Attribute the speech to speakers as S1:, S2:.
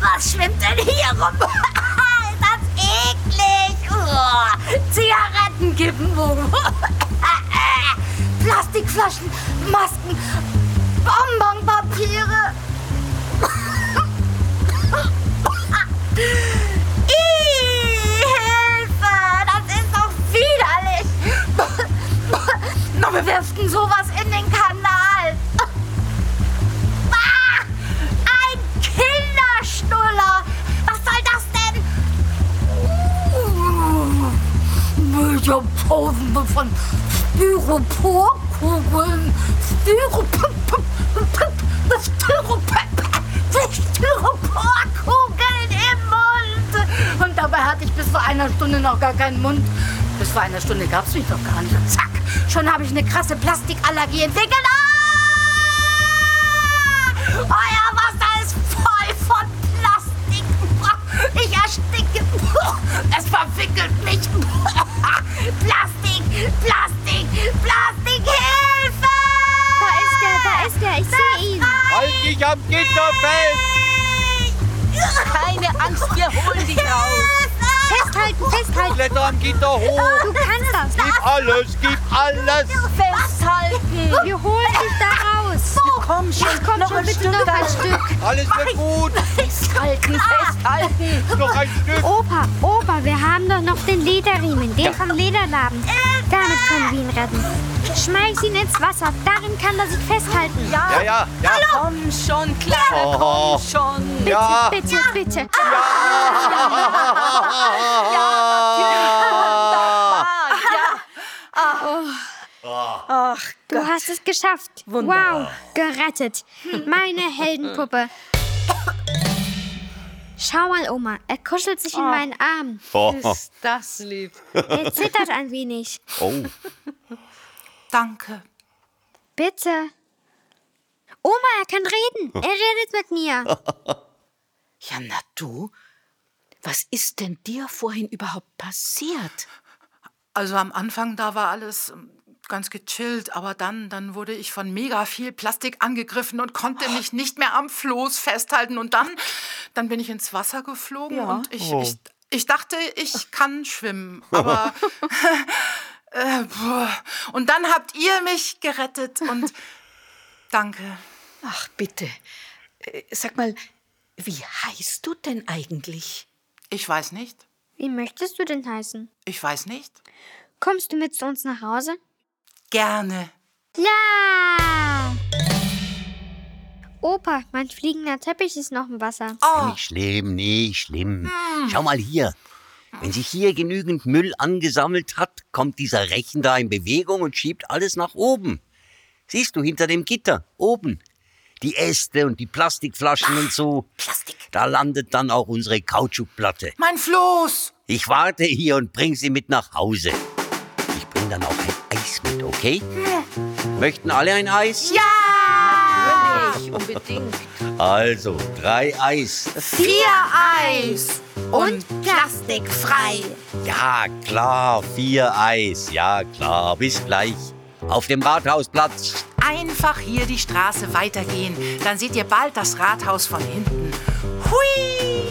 S1: was schwimmt denn hier rum? Ist das eklig. Oh, Zigarettenkippen. Plastikflaschen, Masken, Bonbonpapiere. Ih, Hilfe, das ist doch widerlich. Na, wir wirften sowas in den Kanal. Ah, ein Kinderschnuller. Was soll das denn? Müde Posen von Styroporkugeln. Styropor. Styropor. Styroporkugeln im Mund. Und dabei hatte ich bis vor einer Stunde noch gar keinen Mund. Bis vor einer Stunde gab es mich doch gar nicht. Und zack, schon habe ich eine krasse Plastikallergie entwickelt. Ah! Euer Wasser ist voll von Plastik. Ich ersticke. Es verwickelt mich. Plastik, Plastik, Plastik, Hilfe!
S2: Da ist er, da ist er, ich sehe ihn.
S3: Halt dich am Gitter fest!
S4: Keine Angst, wir holen dich raus.
S2: Festhalten, festhalten.
S3: Kletter am Gitter hoch!
S2: Du kannst das.
S3: Gib alles, gib alles!
S4: Festhalten.
S2: Wir holen dich da raus.
S4: Komm schon,
S2: Komm
S4: noch
S2: schon,
S4: ein
S2: bitte
S4: Stück.
S2: noch ein
S4: da.
S2: Stück.
S3: Alles wird gut!
S4: Festhalten, festhalten.
S3: Noch ein Stück!
S2: Opa, Opa, wir haben doch noch den Lederriemen, den vom Lederladen. Damit können wir ihn retten. Schmeiß ihn ins Wasser, darin kann er sich festhalten.
S3: Ja, ja, ja!
S4: Komm schon, Clara,
S3: Oh.
S4: komm schon.
S2: Bitte,
S3: Ja.
S2: bitte, bitte.
S3: Ah.
S4: Ah, ja.
S2: Du hast es geschafft. Wow, gerettet. Meine Heldenpuppe. Schau mal, Oma, er kuschelt sich in meinen Arm.
S3: Oh.
S4: Ist das lieb.
S2: Er zittert ein wenig.
S3: Oh.
S4: Danke.
S2: Bitte. Oma, er kann reden. Er redet mit mir.
S4: Ja, na du, was ist denn dir vorhin überhaupt passiert?
S5: Also am Anfang, da war alles ähm, ganz gechillt, aber dann, dann wurde ich von mega viel Plastik angegriffen und konnte mich nicht mehr am Floß festhalten. Und dann, dann bin ich ins Wasser geflogen und ich, ich, ich dachte, ich kann schwimmen, aber... äh, puh. und dann habt ihr mich gerettet und danke.
S4: Ach, bitte. Äh, Sag mal, wie heißt du denn eigentlich?
S5: Ich weiß nicht,
S2: Wie möchtest du denn heißen?
S5: ich weiß nicht.
S2: Kommst du mit zu uns nach Hause?
S5: Gerne.
S2: Ja! Opa, mein fliegender Teppich ist noch im Wasser.
S5: Oh,
S6: Nicht schlimm, nicht schlimm. Schau mal hier. Wenn sich hier genügend Müll angesammelt hat, kommt dieser Rechen da in Bewegung und schiebt alles nach oben. Siehst du, hinter dem Gitter, oben. Die Äste und die Plastikflaschen und so. Plastik. Da landet dann auch unsere Kautschukplatte.
S5: Mein Floß!
S6: Ich warte hier und bring sie mit nach Hause. Ich bring dann auch ein Eis mit, okay? Möchten alle ein Eis? Ja!
S4: Ich unbedingt.
S6: Also, drei Eis.
S5: Vier Eis! Und
S1: Plastikfrei.
S6: Ja, klar, vier Eis. Ja, klar, bis gleich. Auf dem Rathausplatz.
S5: Einfach hier die Straße weitergehen, dann seht ihr bald das Rathaus von hinten. Hui!